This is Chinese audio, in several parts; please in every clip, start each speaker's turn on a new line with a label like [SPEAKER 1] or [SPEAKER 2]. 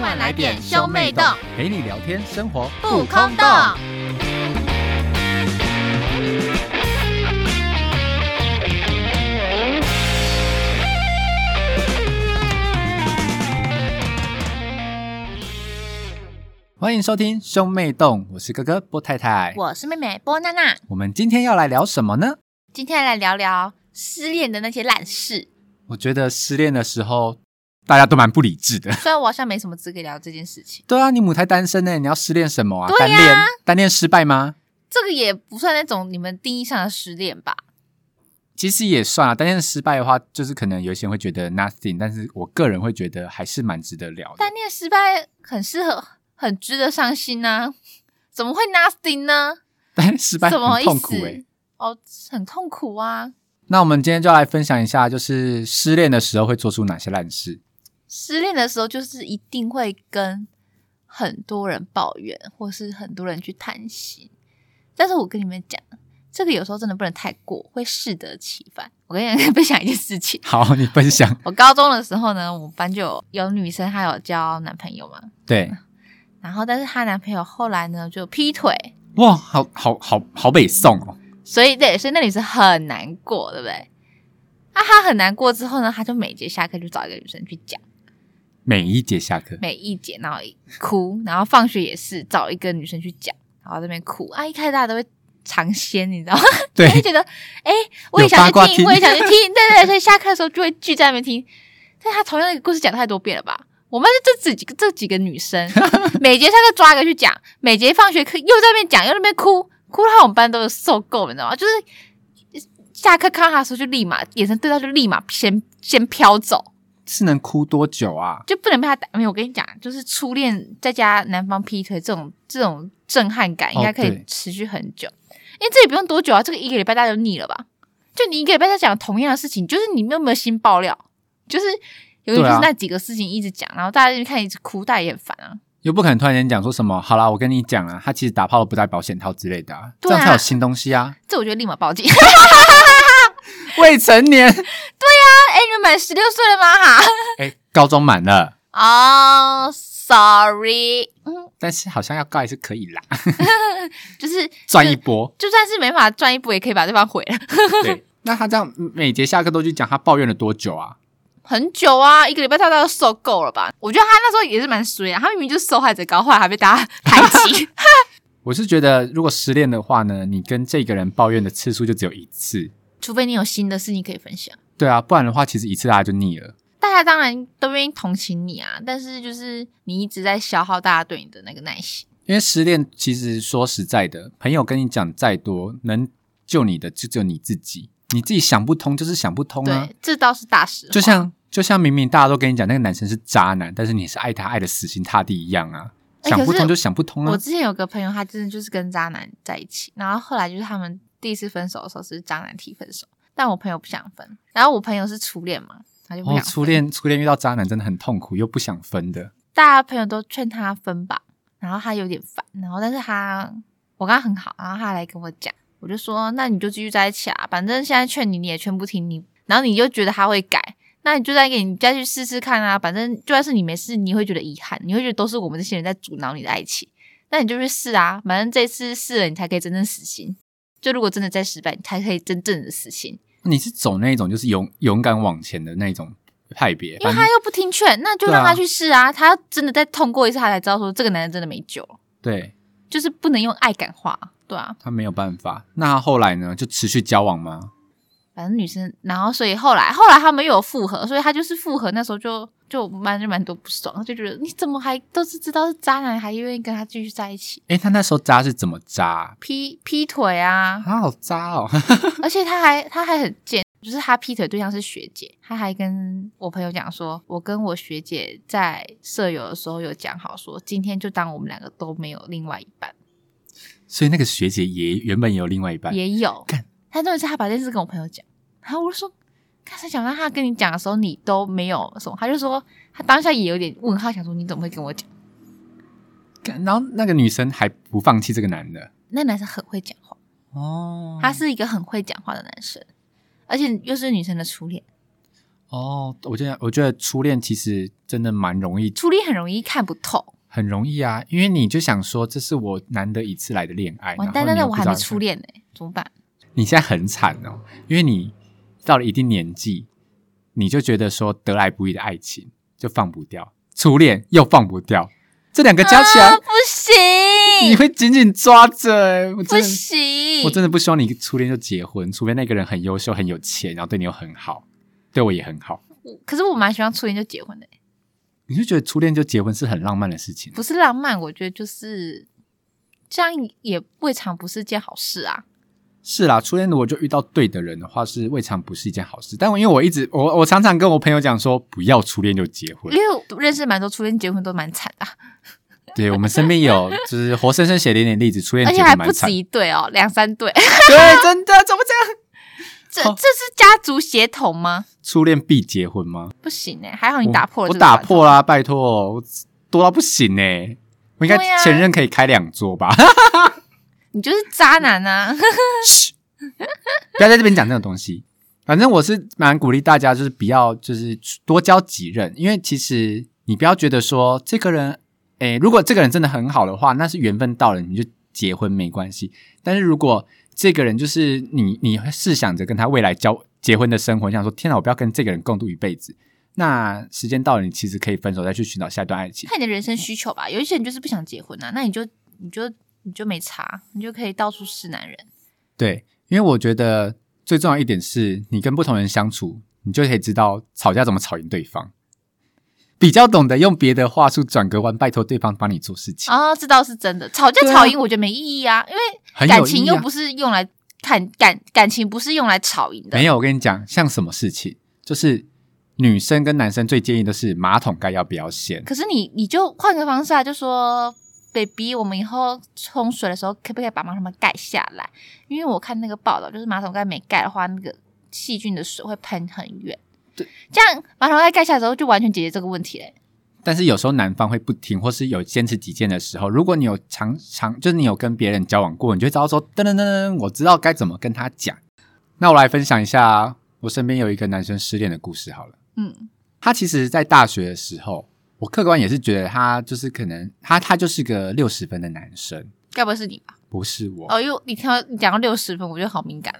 [SPEAKER 1] 快来点兄妹洞，
[SPEAKER 2] 陪你聊天，生活
[SPEAKER 1] 不空洞。
[SPEAKER 2] 欢迎收听兄妹洞，我是哥哥波太太。
[SPEAKER 1] 我是妹妹波娜娜，
[SPEAKER 2] 我们今天要来聊什么呢？
[SPEAKER 1] 今天来聊聊失恋的那些烂事。
[SPEAKER 2] 我觉得失恋的时候，大家都蛮不理智的。
[SPEAKER 1] 虽然我好像没什么资格聊这件事情，
[SPEAKER 2] 对啊，你母胎单身呢、你要失恋什么啊？
[SPEAKER 1] 对
[SPEAKER 2] 单
[SPEAKER 1] 呀
[SPEAKER 2] 恋，单恋失败吗？
[SPEAKER 1] 这个也不算那种你们定义上的失恋吧？
[SPEAKER 2] 其实也算啊，单恋失败的话，就是可能有一些人会觉得 nothing，但是我个人会觉得还是蛮值得聊的
[SPEAKER 1] 单。恋失败很适合，很值得伤心呐、怎么会 nothing 呢？
[SPEAKER 2] 单恋失败
[SPEAKER 1] 什么
[SPEAKER 2] 很
[SPEAKER 1] 意
[SPEAKER 2] 痛苦诶、欸
[SPEAKER 1] 思？哦，很痛苦啊！
[SPEAKER 2] 那我们今天就来分享一下，就是失恋的时候会做出哪些烂事。
[SPEAKER 1] 失恋的时候，就是一定会跟很多人抱怨，或是很多人去谈心。但是我跟你们讲，这个有时候真的不能太过，会适得其反。我跟你们 分享一件事情，
[SPEAKER 2] 好，你 分享。
[SPEAKER 1] 我高中的时候呢，我们班就有有女生她有交男朋友嘛，
[SPEAKER 2] 对，
[SPEAKER 1] 然后但是她男朋友后来呢就劈腿，
[SPEAKER 2] 哇，好好好好北宋哦。
[SPEAKER 1] 所以对，所以那女生很难过，对不对？啊，她很难过之后呢，她就每节下课就找一个女生去讲。
[SPEAKER 2] 每一节下课，
[SPEAKER 1] 每一节，然后哭，然后放学也是找一个女生去讲，然后在那边哭啊。一开始大家都会尝鲜，你知道吗？
[SPEAKER 2] 对
[SPEAKER 1] 就会觉得哎、我也
[SPEAKER 2] 有
[SPEAKER 1] 想
[SPEAKER 2] 八
[SPEAKER 1] 去
[SPEAKER 2] 卦
[SPEAKER 1] 听，
[SPEAKER 2] 听
[SPEAKER 1] 我也想去听， 对对，所以下课的时候就会聚在那边听。但他同样的故事讲太多遍了吧？我们就这几个这几个女生， 每节下课抓一个去讲，每节放学课又在那边讲，又在那边哭，哭到我们班都有受够了，你知道吗？就是下课看到他的时候就立马眼神对到就立马先先飘走。
[SPEAKER 2] 是能哭多久啊？
[SPEAKER 1] 就不能被他打。没有，我跟你讲，就是初恋再加男方劈腿这种这种震撼感，应该可
[SPEAKER 2] 哦
[SPEAKER 1] 以
[SPEAKER 2] 对
[SPEAKER 1] 持续很久。因为这也不用多久啊，这个一个礼拜大家就腻了吧？就你一个礼拜在讲同样的事情，就是你有没有新爆料？就是有
[SPEAKER 2] 对啊
[SPEAKER 1] 就是那几个事情一直讲，然后大家就看一直哭，大家也很烦啊。
[SPEAKER 2] 又不可能突然间讲说什么，好啦，我跟你讲啊，他其实打炮了不带保险套之类的、啊，这
[SPEAKER 1] 对啊
[SPEAKER 2] 样才有新东西啊。
[SPEAKER 1] 这我就立马报警。
[SPEAKER 2] 未成年，
[SPEAKER 1] 哎、你们满十六岁了吗？哈，
[SPEAKER 2] 哎、高中满了，
[SPEAKER 1] 哦、s o r r y 嗯，
[SPEAKER 2] 但是好像要告也是可以啦，
[SPEAKER 1] 就是
[SPEAKER 2] 赚一波。
[SPEAKER 1] 就算是没法赚一步，也可以把对方毁了。
[SPEAKER 2] 对，那他这样每节下课都去讲他抱怨了多久啊？
[SPEAKER 1] 很久啊，一个礼拜大家都受够了吧？我觉得他那时候也是蛮衰啊，他明明就是受害者高，后来还被大家排 挤。
[SPEAKER 2] 我是觉得，如果失恋的话呢，你跟这个人抱怨的次数就只有一次，
[SPEAKER 1] 除非你有新的事情可以分享，
[SPEAKER 2] 对啊，不然的话，其实一次大家就腻了。
[SPEAKER 1] 大家当然都愿意同情你啊，但是就是你一直在消耗大家对你的那个耐心。
[SPEAKER 2] 因为失恋，其实说实在的，朋友跟你讲再多，能救你的就只有你自己，你自己想不通就是想不通啊。
[SPEAKER 1] 对，这倒是大实话。
[SPEAKER 2] 就像就像明明大家都跟你讲那个男生是渣男，但是你是爱他爱的死心塌地一样啊，
[SPEAKER 1] 哎
[SPEAKER 2] 想不
[SPEAKER 1] 可是
[SPEAKER 2] 通就想不通
[SPEAKER 1] 我
[SPEAKER 2] 啊。
[SPEAKER 1] 之前有个朋友，他真的就是跟渣男在一起，然后后来就是他们第一次分手的时候是渣男提分手，但我朋友不想分，然后我朋友是初恋嘛，他就不
[SPEAKER 2] 哦，
[SPEAKER 1] 想分、
[SPEAKER 2] 初恋初恋遇到渣男真的很痛苦，又不想分的。
[SPEAKER 1] 大家朋友都劝他分吧，然后他有点烦，然后但是他我跟他很好，然后他来跟我讲，我就说那你就继续在一起啊，反正现在劝你你也劝不听你，然后你就觉得他会改，那你就再给你再去试试看啊，反正就算是你没事，你会觉得遗憾，你会觉得都是我们这些人在阻挠你的爱情，那你就去试啊，反正这次试了你才可以真正死心，就如果真的再失败，你才可以真正的死心，
[SPEAKER 2] 你是走那种就是勇勇敢往前的那种派别，
[SPEAKER 1] 因为
[SPEAKER 2] 反
[SPEAKER 1] 他
[SPEAKER 2] 正
[SPEAKER 1] 又不听劝，那就让他去试啊，他真的再痛过一次，他才知道说这个男人真的没救了。
[SPEAKER 2] 对
[SPEAKER 1] 就是不能用爱感化，对啊，
[SPEAKER 2] 他没有办法。那他后来呢？就持续交往吗？
[SPEAKER 1] 反正女生，然后所以后来后来他们又有复合，所以他就是复合那时候就就蛮就蛮多不爽，他就觉得你怎么还都是知道是渣男，还愿意跟他继续在一起，
[SPEAKER 2] 诶，他那时候渣是怎么渣？啊
[SPEAKER 1] 劈劈腿 啊，
[SPEAKER 2] 他好渣哦！
[SPEAKER 1] 而且他还他还很贱，就是他劈腿对象是学姐，他还跟我朋友讲说，我跟我学姐在舍友的时候有讲好说，今天就当我们两个都没有另外一半，
[SPEAKER 2] 所以那个学姐也原本也有另外一半，
[SPEAKER 1] 也有
[SPEAKER 2] 干。
[SPEAKER 1] 他重点是他把这件事跟我朋友讲，然后我就说，刚才讲到他跟你讲的时候，你都没有什么，他就说他当下也有点问号，想说你怎么会跟我讲？
[SPEAKER 2] 干然后那个女生还不放弃这个男的
[SPEAKER 1] 那男生很会讲话，
[SPEAKER 2] 哦嗯
[SPEAKER 1] 他是一个很会讲话的男生，而且又是女生的初恋，
[SPEAKER 2] 哦，我觉得我觉得初恋其实真的蛮容易，
[SPEAKER 1] 初恋很容易看不透。
[SPEAKER 2] 很容易啊，因为你就想说这是我难得一次来的恋爱，
[SPEAKER 1] 完
[SPEAKER 2] 哎然
[SPEAKER 1] 蛋
[SPEAKER 2] 后
[SPEAKER 1] 蛋蛋，
[SPEAKER 2] 你又
[SPEAKER 1] 我
[SPEAKER 2] 不
[SPEAKER 1] 还
[SPEAKER 2] 知道
[SPEAKER 1] 没初恋呢、怎么办？
[SPEAKER 2] 你现在很惨哦，因为你到了一定年纪，你就觉得说得来不易的爱情就放不掉，初恋又放不掉，这两个加起来，
[SPEAKER 1] 啊、不行
[SPEAKER 2] 你，会紧紧抓着、欸。我
[SPEAKER 1] 不
[SPEAKER 2] 真的，
[SPEAKER 1] 行，
[SPEAKER 2] 我真的不希望你初恋就结婚，除非那个人很优秀、很有钱，然后对你又很好，对我也很好。
[SPEAKER 1] 我可是我蛮喜欢初恋就结婚的、
[SPEAKER 2] 你就觉得初恋就结婚是很浪漫的事情，
[SPEAKER 1] 不是浪漫，我觉得就是这样也未尝不是件好事啊。
[SPEAKER 2] 是啦，初恋如果就遇到对的人的话，是未尝不是一件好事。但我因为我一直我我常常跟我朋友讲说，不要初恋就结婚
[SPEAKER 1] 因。为我认识蛮多初恋结婚都蛮惨的啊，
[SPEAKER 2] 对我们身边有就是活生生血淋淋的例子，初恋
[SPEAKER 1] 而
[SPEAKER 2] 结
[SPEAKER 1] 且还
[SPEAKER 2] 婚
[SPEAKER 1] 不
[SPEAKER 2] 蛮惨
[SPEAKER 1] 止
[SPEAKER 2] 的。
[SPEAKER 1] 一对哦，两三对。
[SPEAKER 2] 对，真的怎么这样？
[SPEAKER 1] 这
[SPEAKER 2] 哦
[SPEAKER 1] 这是家族血统吗？
[SPEAKER 2] 初恋必结婚吗？
[SPEAKER 1] 不行哎、还好你
[SPEAKER 2] 我
[SPEAKER 1] 打破了
[SPEAKER 2] 我
[SPEAKER 1] 这个
[SPEAKER 2] 打
[SPEAKER 1] 传统
[SPEAKER 2] 破啦，拜托，我多到不行呢、我应该
[SPEAKER 1] 对啊
[SPEAKER 2] 前任可以开两桌吧？
[SPEAKER 1] 你就是渣男啊！
[SPEAKER 2] 不要在这边讲这种东西。反正我是蛮鼓励大家，就是不要就是多交几任，因为其实你不要觉得说这个人，诶，如果这个人真的很好的话，那是缘分到了，你就结婚没关系。但是如果这个人就是你，你是想着跟他未来交结婚的生活，你想说天哪，我不要跟这个人共度一辈子。那时间到了，你其实可以分手，再去寻找下一段爱情。
[SPEAKER 1] 看你的人生需求吧。有一些人就是不想结婚啊，那你就你就你就没差，你就可以到处试男人。
[SPEAKER 2] 对，因为我觉得最重要一点是你跟不同人相处，你就可以知道吵架怎么吵赢对方，比较懂得用别的话术转个弯，拜托对方帮你做事情，
[SPEAKER 1] 哦，这倒是真的。吵架
[SPEAKER 2] 对啊
[SPEAKER 1] 吵赢，我觉得没意义啊，因为
[SPEAKER 2] 很有
[SPEAKER 1] 感情
[SPEAKER 2] 意义
[SPEAKER 1] 又
[SPEAKER 2] 啊
[SPEAKER 1] 不是用来看感感情不是用来吵赢的
[SPEAKER 2] 没。有，我跟你讲，像什么事情，就是女生跟男生最介意的是马桶盖要不要掀，
[SPEAKER 1] 可是你你就换个方式啊，就说 baby，我们以后冲水的时候可不可以把马桶盖盖下来？因为我看那个报道，就是马桶盖没盖的话，那个细菌的水会喷很远。
[SPEAKER 2] 对，
[SPEAKER 1] 这样马桶盖盖下来之后，就完全解决这个问题嘞。
[SPEAKER 2] 但是有时候男方会不听，或是有坚持己见的时候，如果你有常常就是你有跟别人交往过，你就会知道说，噔噔噔噔，我知道该怎么跟他讲。那我来分享一下我身边有一个男生失恋的故事好了。
[SPEAKER 1] 嗯，
[SPEAKER 2] 他其实，在大学的时候，我客观也是觉得他就是可能他他就是个六十分的男生，
[SPEAKER 1] 该不会是你吧？
[SPEAKER 2] 不是我，
[SPEAKER 1] 哦，因为你听到你讲到六十分，我觉得好敏感，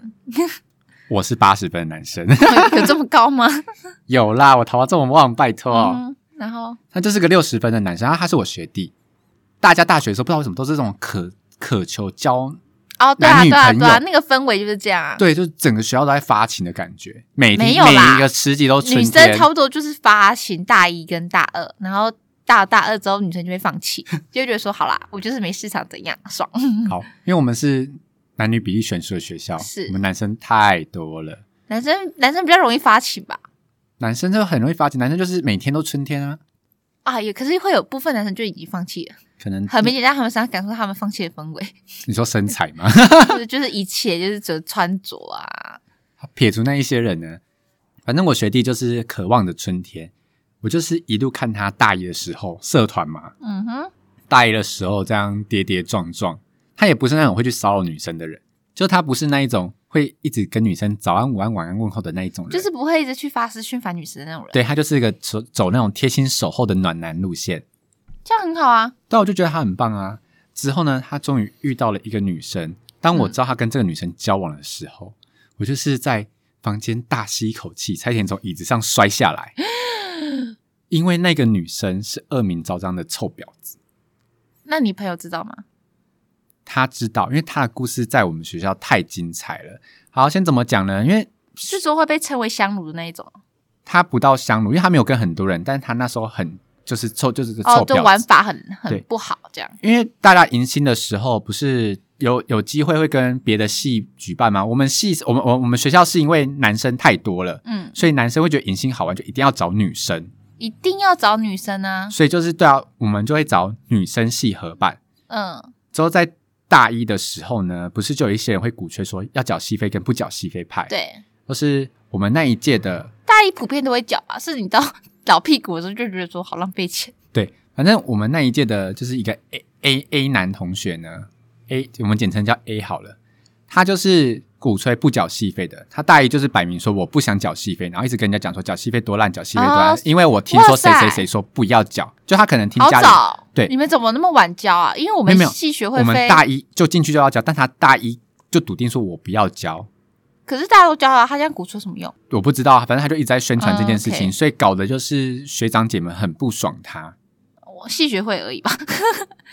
[SPEAKER 2] 我是八十分的男生。
[SPEAKER 1] 有这么高吗？
[SPEAKER 2] 有啦，我头发这么旺，拜托。
[SPEAKER 1] 嗯，然后
[SPEAKER 2] 他就是个六十分的男生，然后他是我学弟。大家大学的时候不知道为什么都是这种渴渴求交，
[SPEAKER 1] 哦，对啊，
[SPEAKER 2] 男女
[SPEAKER 1] 对啊，
[SPEAKER 2] 朋友
[SPEAKER 1] 对啊，那个氛围就是这样啊。
[SPEAKER 2] 对，就是整个学校都在发情的感觉，每天
[SPEAKER 1] 没有
[SPEAKER 2] 每
[SPEAKER 1] 啦
[SPEAKER 2] 一个十级都春
[SPEAKER 1] 女
[SPEAKER 2] 天
[SPEAKER 1] 生差不多就是发情大一跟大二，然后大大二之后女生就会放 弃，就会觉得说好啦，我就是没市场怎样爽。
[SPEAKER 2] 好，因为我们是男女比例悬殊的学校，
[SPEAKER 1] 是
[SPEAKER 2] 我们男生太多了，
[SPEAKER 1] 男生男生比较容易发情吧？
[SPEAKER 2] 男生就很容易发情，男生就是每天都春天啊，
[SPEAKER 1] 啊，也可是会有部分男生就已经放弃了，
[SPEAKER 2] 可能
[SPEAKER 1] 很明显让他们身上感受到他们放弃的氛 围，
[SPEAKER 2] 你说身材吗？
[SPEAKER 1] 就是就是一切就是只有穿着啊，
[SPEAKER 2] 撇除那一些人呢，反正我学弟就是渴望着春天。我就是一路看他大一的时候，社团嘛，
[SPEAKER 1] 嗯哼，
[SPEAKER 2] 大一的时候这样跌跌撞撞。他也不是那种会去骚扰女生的人，就他不是那一种会一直跟女生早安、午安、晚安问候的那一种人。
[SPEAKER 1] 就是不会一直去发私讯烦女生的那种人，
[SPEAKER 2] 对他就是一个走走那种贴心守候的暖男路线。
[SPEAKER 1] 这样很好啊。
[SPEAKER 2] 但我就觉得他很棒啊。之后呢，他终于遇到了一个女生。当
[SPEAKER 1] 嗯
[SPEAKER 2] 我知道他跟这个女生交往的时候，我就是在房间大吸一口气，差一点从椅子上摔 下来，因为那个女生是恶名昭彰的臭婊子。
[SPEAKER 1] 那你朋友知道吗？
[SPEAKER 2] 他知道，因为他的故事在我们学校太精彩了。好，先怎么讲呢？因为
[SPEAKER 1] 是说会被称为香炉的那一种
[SPEAKER 2] 他不到香炉，因为他没有跟很多人，但是他那时候很就是臭，就是个
[SPEAKER 1] 哦
[SPEAKER 2] 臭，
[SPEAKER 1] 就
[SPEAKER 2] 婊子。
[SPEAKER 1] 玩法很
[SPEAKER 2] 对
[SPEAKER 1] 很不好这样。
[SPEAKER 2] 因为大家迎新的时候不是有有机会会跟别的系举办吗？我们系我们我我们学校是因为男生太多了，
[SPEAKER 1] 嗯，
[SPEAKER 2] 所以男生会觉得迎新好玩，就一定要找女生，
[SPEAKER 1] 一定要找女生啊。
[SPEAKER 2] 所以就是对啊，我们就会找女生系合办。
[SPEAKER 1] 嗯，
[SPEAKER 2] 之后在大一的时候呢，不是就有一些人会鼓吹说要缴戏费跟不缴戏费派，，
[SPEAKER 1] 对，
[SPEAKER 2] 或是我们那一届的
[SPEAKER 1] 大一普遍都会缴啊，是你到老屁股的时候就觉得说好浪费钱。
[SPEAKER 2] 对，反正我们那一届的就是一个 A A A 男同学呢，A 我们简称叫 A 好了，他就是鼓吹不缴戏费的，他大一就是摆明说我不想缴戏费，然后一直跟人家讲说缴戏费多烂，缴戏费多烂，
[SPEAKER 1] 哦
[SPEAKER 2] 因为我听说谁
[SPEAKER 1] 哇塞
[SPEAKER 2] 谁谁说不要缴，就他可能听
[SPEAKER 1] 好
[SPEAKER 2] 家里
[SPEAKER 1] 早，
[SPEAKER 2] 对
[SPEAKER 1] 你们怎么那么晚交啊？因为我
[SPEAKER 2] 没
[SPEAKER 1] 们
[SPEAKER 2] 有没有
[SPEAKER 1] 系学会
[SPEAKER 2] 我们
[SPEAKER 1] 费，
[SPEAKER 2] 大一就进去就要交，但他大一就笃定说我不要交，
[SPEAKER 1] 可是大家都交了，他这样鼓出什么用？
[SPEAKER 2] 我不知道，反正他就一直在宣传这件事情，
[SPEAKER 1] 嗯，OK
[SPEAKER 2] 所以搞的就是学长姐们很不爽他。
[SPEAKER 1] 我系学会而已吧。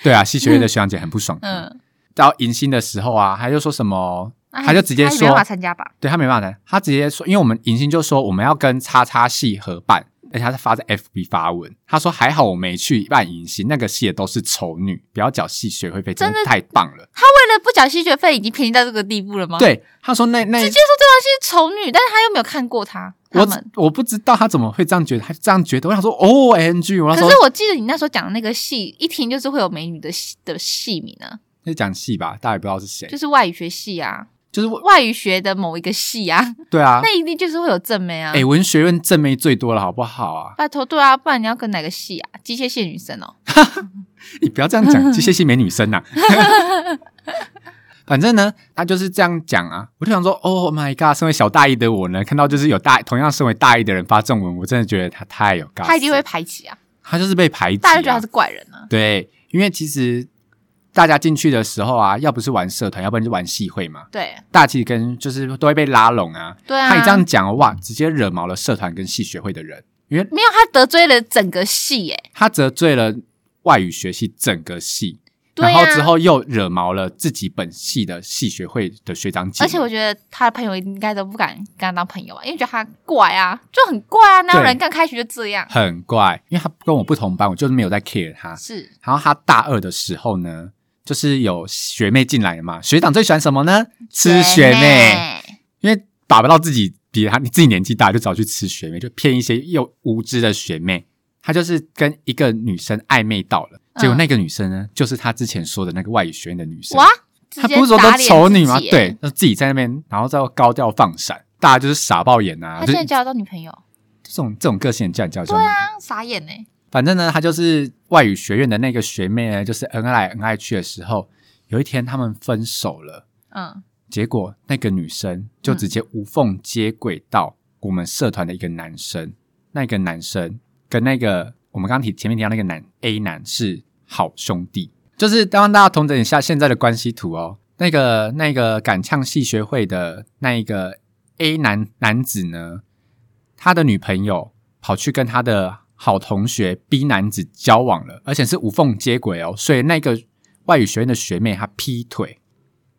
[SPEAKER 2] 对啊，戏学院的学长姐很不爽他。
[SPEAKER 1] 嗯，
[SPEAKER 2] 到迎新的时候啊，他就说什么，
[SPEAKER 1] 那
[SPEAKER 2] 他就直接
[SPEAKER 1] 他也没
[SPEAKER 2] 说
[SPEAKER 1] 办，法参加吧？
[SPEAKER 2] 对他没办法的，他直接说，因为我们迎新就说我们要跟叉叉系合办，而且他是发在 FB 发文，他说还好我没去办迎新，那个系也都是丑女，不要缴系学会费，真的
[SPEAKER 1] 真的
[SPEAKER 2] 太棒了。
[SPEAKER 1] 他为了不缴系学费，已经便宜到这个地步了吗？，
[SPEAKER 2] 对，啊他说那那
[SPEAKER 1] 直接说对啊方是丑女，但是他又没有看过他他
[SPEAKER 2] 我
[SPEAKER 1] 们。
[SPEAKER 2] 我不知道他怎么会这样觉得，他这样觉得，我想说哦，N G，我那时
[SPEAKER 1] 可
[SPEAKER 2] 候
[SPEAKER 1] 是我记得你那时候讲的那个戏，一听就是会有美女的戏的戏名啊，
[SPEAKER 2] 就讲戏吧，大家也不知道是谁
[SPEAKER 1] 就，是外语学系啊，
[SPEAKER 2] 就是我
[SPEAKER 1] 外语学的某一个系啊，
[SPEAKER 2] 对啊，
[SPEAKER 1] 那一定就是会有正妹啊。
[SPEAKER 2] 哎、文学院正妹最多了，好不好啊？
[SPEAKER 1] 拜托，对啊，不然你要跟哪个系啊？机械系女生哦，
[SPEAKER 2] 你不要这样 讲，机械系没女生呐、啊 反正呢，他就是这样讲啊，我就想说，Oh my god！身为小大一的我呢，看到就是有大同样身为大一的人发这种文，我真的觉得他太有高，
[SPEAKER 1] 她一定会，排挤啊，
[SPEAKER 2] 他就是被排挤、
[SPEAKER 1] 大家就觉得
[SPEAKER 2] 啊
[SPEAKER 1] 她是。怪人啊。
[SPEAKER 2] 对，因为其实大家进去的时候啊，要不是玩社团，要不然就玩系会嘛，
[SPEAKER 1] 对
[SPEAKER 2] 大气跟就是都会被拉拢啊。
[SPEAKER 1] 对啊，
[SPEAKER 2] 他一这样讲，哇，直接惹毛了社团跟系学会的人，因为
[SPEAKER 1] 没有，她得罪了整个系耶、
[SPEAKER 2] 他得罪了外语学系整个系。
[SPEAKER 1] 对
[SPEAKER 2] 然
[SPEAKER 1] 啊，
[SPEAKER 2] 后之后又惹毛了自己本系的系学会的学长姐，
[SPEAKER 1] 而且我觉得他的朋友应该都不敢跟他当朋友吧，因为觉得他怪啊，就很怪啊，哪有
[SPEAKER 2] 对
[SPEAKER 1] 人刚开学就这样？
[SPEAKER 2] 很怪，因为他跟我不同班，我就是没有在 care 他。
[SPEAKER 1] 是
[SPEAKER 2] 然后他大二的时候呢，就是有学妹进来了嘛，学长最喜欢什么呢？吃学妹，因为把不到自己比他你自己年纪大，就找去吃学妹，就骗一些又无知的学妹。他就是跟一个女生暧昧到了，结果
[SPEAKER 1] 嗯
[SPEAKER 2] 那个女生呢，就是他之前说的那个外语学院的女生。
[SPEAKER 1] 哇，
[SPEAKER 2] 他
[SPEAKER 1] 直接
[SPEAKER 2] 不是说
[SPEAKER 1] 打
[SPEAKER 2] 都
[SPEAKER 1] 脸
[SPEAKER 2] 丑女吗？
[SPEAKER 1] 自己耶
[SPEAKER 2] 对，，就自己在那边，然后再高调放闪，大家就是傻爆眼
[SPEAKER 1] 他
[SPEAKER 2] 啊！就
[SPEAKER 1] 现
[SPEAKER 2] 是
[SPEAKER 1] 在交得到女朋友，
[SPEAKER 2] 这种这种个性的叫你叫
[SPEAKER 1] 对
[SPEAKER 2] 叫你。
[SPEAKER 1] 啊，傻眼呢、
[SPEAKER 2] 反正呢，他就是外语学院的那个学妹呢，就是恩爱来恩爱去的时候，有一天他们分手了，
[SPEAKER 1] 嗯，
[SPEAKER 2] 结果那个女生就直接无缝接轨到我们社团的一个男生，那个男生跟那个我们刚刚提前面提到那个男 A 男是好兄弟，就是当大家同整一下现在的关系图哦，那个那个敢呛系学会的那一个 A 男男子呢，他的女朋友跑去跟他的好同学 B 男子交往了，而且是无缝接轨哦，所以那个外语学院的学妹她劈腿。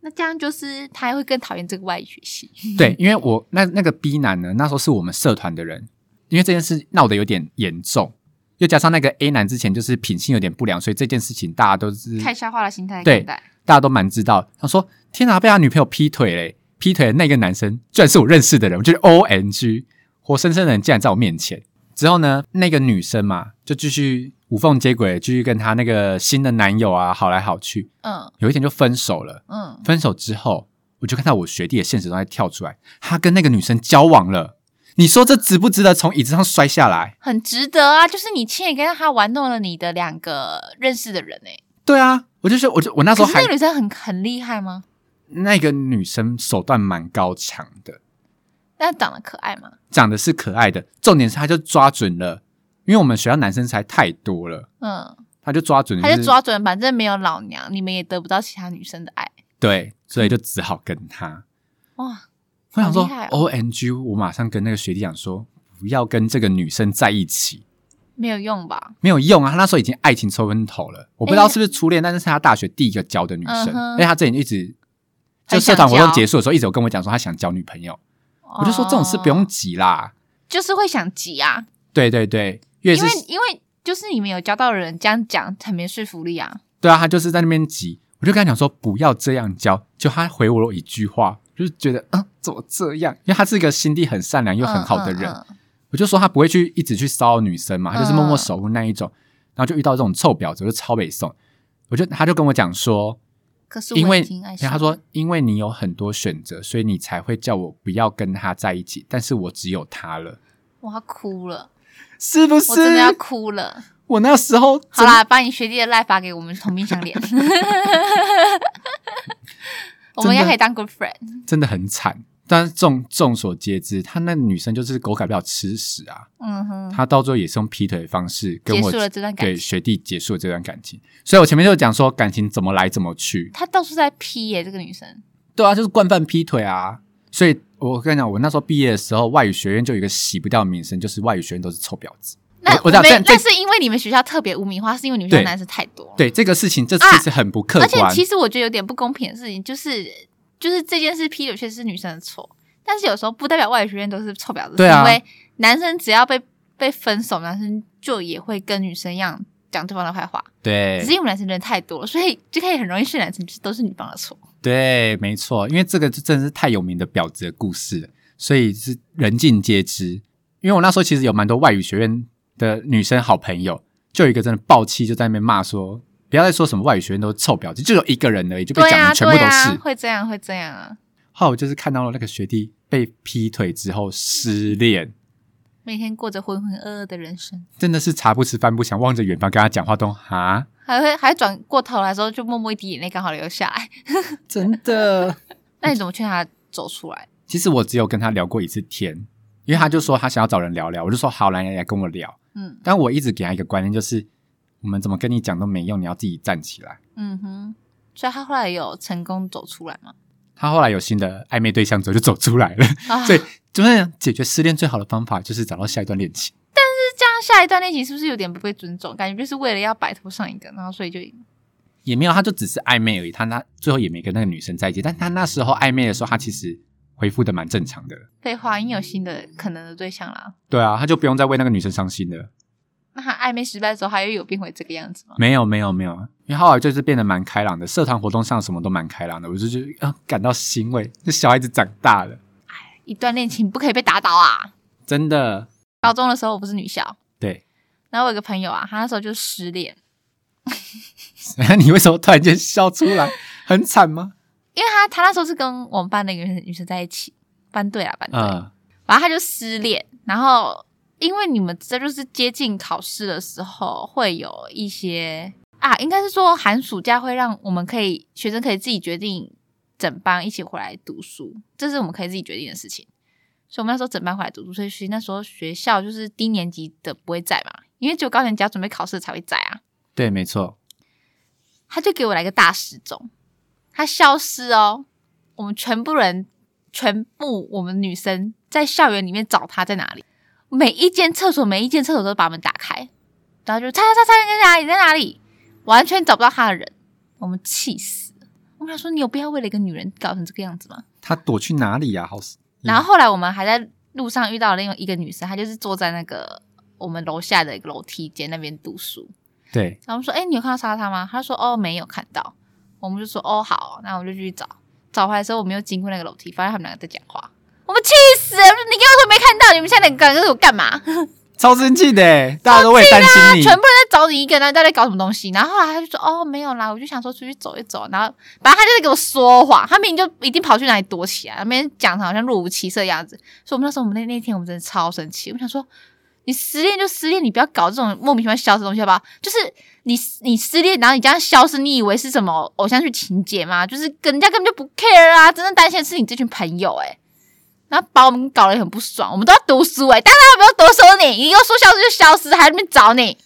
[SPEAKER 1] 那这样就是他会更讨厌这个外语学系，
[SPEAKER 2] 对，因为我那那个 B 男呢，那时候是我们社团的人，因为这件事闹得有点严重，又加上那个 A 男之前就是品性有点不良，所以这件事情大家都是
[SPEAKER 1] 看笑话的心态来
[SPEAKER 2] 对
[SPEAKER 1] 看待，
[SPEAKER 2] 大家都蛮知道。他说：“天哪，被他女朋友劈腿嘞！劈腿的那个男生居然是我认识的人，我觉得 O N G，活生生的人竟然在我面前。”之后呢，那个女生嘛，就继续无缝接轨，继续跟她那个新的男友啊好来好去。
[SPEAKER 1] 嗯
[SPEAKER 2] 有一天就分手了。
[SPEAKER 1] 嗯，
[SPEAKER 2] 分手之后，我就看到我学弟的现实中在跳出来，他跟那个女生交往了。你说这值不值得从椅子上摔下来？
[SPEAKER 1] 很值得啊，就是你亲眼跟他玩弄了你的两个认识的人哎、
[SPEAKER 2] 对啊，我就说，我就我那时
[SPEAKER 1] 可
[SPEAKER 2] 候
[SPEAKER 1] 是
[SPEAKER 2] 还
[SPEAKER 1] 那个女生很很厉害吗？
[SPEAKER 2] 那个女生手段蛮高强的，
[SPEAKER 1] 那长得可爱吗？
[SPEAKER 2] 长得是可爱的，重点是她就抓准了，因为我们学校男生才太多了，
[SPEAKER 1] 嗯，
[SPEAKER 2] 她就抓准了、
[SPEAKER 1] 他
[SPEAKER 2] 是，
[SPEAKER 1] 就抓准，反正没有老娘，你们也得不到其他女生的爱。
[SPEAKER 2] 对，所以就只好跟他。
[SPEAKER 1] 哇，
[SPEAKER 2] 我想说、
[SPEAKER 1] 好厉害哦
[SPEAKER 2] o M G！我马上跟那个学弟讲说，不要跟这个女生在一起。
[SPEAKER 1] 没有用吧？
[SPEAKER 2] 没有用啊！他那时候已经爱情抽昏头了，我不知道是不是初恋，但是是他大学第一个交的女生，
[SPEAKER 1] 哎嗯哼
[SPEAKER 2] 因为他之前一直就
[SPEAKER 1] 很
[SPEAKER 2] 社
[SPEAKER 1] 想
[SPEAKER 2] 团活动
[SPEAKER 1] 交
[SPEAKER 2] 结束的时候，一直有跟我讲说他想交女朋友，我就说这种事不用
[SPEAKER 1] 哦，
[SPEAKER 2] 急啦。
[SPEAKER 1] 就是会想急啊，
[SPEAKER 2] 对对对，越
[SPEAKER 1] 因
[SPEAKER 2] 是
[SPEAKER 1] 为因为就是你们有交到的人，这样讲很没说服力啊。
[SPEAKER 2] 对啊，他就是在那边急，我就跟他讲说不要这样交，就他回我一句话，就是觉得嗯怎么这样？因为他是一个心地很善良又很好的人，
[SPEAKER 1] 嗯嗯嗯
[SPEAKER 2] 我就说他不会去一直去骚扰女生嘛，他就是默默
[SPEAKER 1] 嗯
[SPEAKER 2] 守护那一种，然后就遇到这种臭婊子，我就超北宋，我就他就跟我讲说。
[SPEAKER 1] 可是
[SPEAKER 2] 因
[SPEAKER 1] 我
[SPEAKER 2] 为
[SPEAKER 1] 已经爱上
[SPEAKER 2] 他说，因为你有很多选择，所以你才会叫我不要跟他在一起。但是我只有他了，
[SPEAKER 1] 我要哭了，
[SPEAKER 2] 是不是？
[SPEAKER 1] 我真的要哭了。
[SPEAKER 2] 我那时候
[SPEAKER 1] 好
[SPEAKER 2] 真的
[SPEAKER 1] 啦，把你学弟的赖发给我们同病相怜。我们也可以当 good friend。
[SPEAKER 2] 真的很惨。但是众众所皆知，他那女生就是狗改不了吃屎啊，
[SPEAKER 1] 嗯哼，
[SPEAKER 2] 她到最后也是用劈腿的方式跟
[SPEAKER 1] 结
[SPEAKER 2] 我
[SPEAKER 1] 束了这段感
[SPEAKER 2] 给
[SPEAKER 1] 情。
[SPEAKER 2] 学弟结束了这段感情。所以我前面就讲说感情怎么来怎么去，
[SPEAKER 1] 她到处在批耶，这个女生。
[SPEAKER 2] 对啊，就是惯犯劈腿啊。所以我跟你讲，我那时候毕业的时候，外语学院就有一个洗不掉的名声，就是外语学院都是臭婊子。
[SPEAKER 1] 那
[SPEAKER 2] 我我知道
[SPEAKER 1] 没
[SPEAKER 2] 这
[SPEAKER 1] 那
[SPEAKER 2] 这
[SPEAKER 1] 是因为你们学校特别污名化，是因为你们学校
[SPEAKER 2] 对
[SPEAKER 1] 男生太多了。
[SPEAKER 2] 对这个事情，这
[SPEAKER 1] 啊
[SPEAKER 2] 其实很不客
[SPEAKER 1] 而且
[SPEAKER 2] 观。
[SPEAKER 1] 其实我觉得有点不公平的事情，就是就是这件事批有些是女生的错，但是有时候不代表外语学院都是臭婊子，
[SPEAKER 2] 对啊
[SPEAKER 1] 是因为男生只要被被分手，男生就也会跟女生一样讲对方的坏话，只
[SPEAKER 2] 对
[SPEAKER 1] 是因为我们男生人太多了，所以就可以很容易是男生就是都是女方的错。
[SPEAKER 2] 对，没错，因为这个就真的是太有名的婊子的故事了，所以是人尽皆知。因为我那时候其实有蛮多外语学院的女生好朋友，就有一个真的爆气，就在那边骂说。不要再说什么外语学院都是臭婊子，就有一个人而已，就被
[SPEAKER 1] 对
[SPEAKER 2] 讲
[SPEAKER 1] 啊，
[SPEAKER 2] 的全部都
[SPEAKER 1] 对
[SPEAKER 2] 是。
[SPEAKER 1] 啊，会这样，会这样啊，
[SPEAKER 2] 后来我就是看到了那个学弟被劈腿之后失恋，
[SPEAKER 1] 每天过着浑浑噩噩的人生，
[SPEAKER 2] 真的是茶不吃饭不想，望着远方跟他讲话都哈，
[SPEAKER 1] 还会还转过头来的时候就默默一滴眼泪刚好流下来。
[SPEAKER 2] 真的。
[SPEAKER 1] 那你怎么劝他走出来？
[SPEAKER 2] 其实我只有跟他聊过一次天，因为他就说他想要找人聊聊，我就说好，来来来跟我聊。
[SPEAKER 1] 嗯
[SPEAKER 2] 但我一直给他一个观念，就是我们怎么跟你讲都没用，你要自己站起来。
[SPEAKER 1] 嗯哼，所以他后来有成功走出来吗？
[SPEAKER 2] 他后来有新的暧昧对象之后就走出来了，
[SPEAKER 1] 啊
[SPEAKER 2] 所以就是解决失恋最好的方法就是找到下一段恋情。
[SPEAKER 1] 这样下一段恋情是不是有点不被尊重？感觉就是为了要摆脱上一个，然后所以就嗯
[SPEAKER 2] 也没有，他就只是暧昧而已。他那最后也没跟那个女生在一起，但他那时候暧昧的时候，他其实回复的蛮正常的。
[SPEAKER 1] 废话，因为有新的可能的对象啦。
[SPEAKER 2] 对啊，他就不用再为那个女生伤心了。
[SPEAKER 1] 那他暧昧失败之后，还会有变回这个样子吗？
[SPEAKER 2] 没有，没有，没有，因为后来就是变得蛮开朗的，社团活动上什么都蛮开朗的，我就觉得啊、感到欣慰，这小孩子长大了，
[SPEAKER 1] 一段恋情不可以被打倒啊！
[SPEAKER 2] 真的。
[SPEAKER 1] 高中的时候我不是女校，
[SPEAKER 2] 对，
[SPEAKER 1] 然后我有个朋友啊，他那时候就失恋，
[SPEAKER 2] 你为什么突然间笑出来？很惨 吗？
[SPEAKER 1] 因为他他那时候是跟我们班的一个女生女生在一起，班队啊班队，
[SPEAKER 2] 嗯，
[SPEAKER 1] 然后他就失恋，然后因为你们这就是接近考试的时候，会有一些啊，应该是说寒暑假会让我们可以学生可以自己决定整班一起回来读书，这是我们可以自己决定的事情。所以我们那时候整班回来读书，所以其实那时候学校就是低年级的不会在嘛，因为只有高年级要准备考试才会在啊。
[SPEAKER 2] 对，没错。
[SPEAKER 1] 他就给我来个大失踪，他消失哦。我们全部人，全部我们女生在校园里面找他在哪里，每一间厕所，每一间厕所都把门打开，然后就他他他他在哪里在哪里，完全找不到他的人，我们气死了。我们想说，你有必要为了一个女人搞成这个样子吗？
[SPEAKER 2] 他躲去哪里呀、啊？好，
[SPEAKER 1] 然后后来我们还在路上遇到了另外一个女生，她就是坐在那个我们楼下的一个楼梯间那边读书，
[SPEAKER 2] 对，
[SPEAKER 1] 然后我们说：“哎、你有看到莎莎吗？”他说：“哦，没有看到。”我们就说：“哦，好。”那我们就继续找。找回来的时候，我们又经过那个楼梯，发现他们两个在讲话，我们气死了！我说你跟我说没看到，你们现在两个人给我干嘛？
[SPEAKER 2] 超生气的欸，大家都为了担心
[SPEAKER 1] 啊
[SPEAKER 2] 你，
[SPEAKER 1] 全部人在找你一个人，然后到底在搞什么东西？然后后来他就说：“哦，没有啦，我就想说出去走一走。”然后反正他就是给我说谎，他明明就一定跑去哪里躲起来，那边讲的好像若无其事的样子。所以我们那时候，我们那那天我们真的超生气，我们想说。你失恋就失恋，你不要搞这种莫名其妙消失的东西，好不好？就是你你失恋，然后你这样消失，你以为是什么偶像剧情节吗？就是跟人家根本就不 care 啊！真正担心的是你这群朋友哎、然后把我们搞得很不爽。我们都要读书哎、但他们没有读书你，你又说消失就消失，还在那边找你。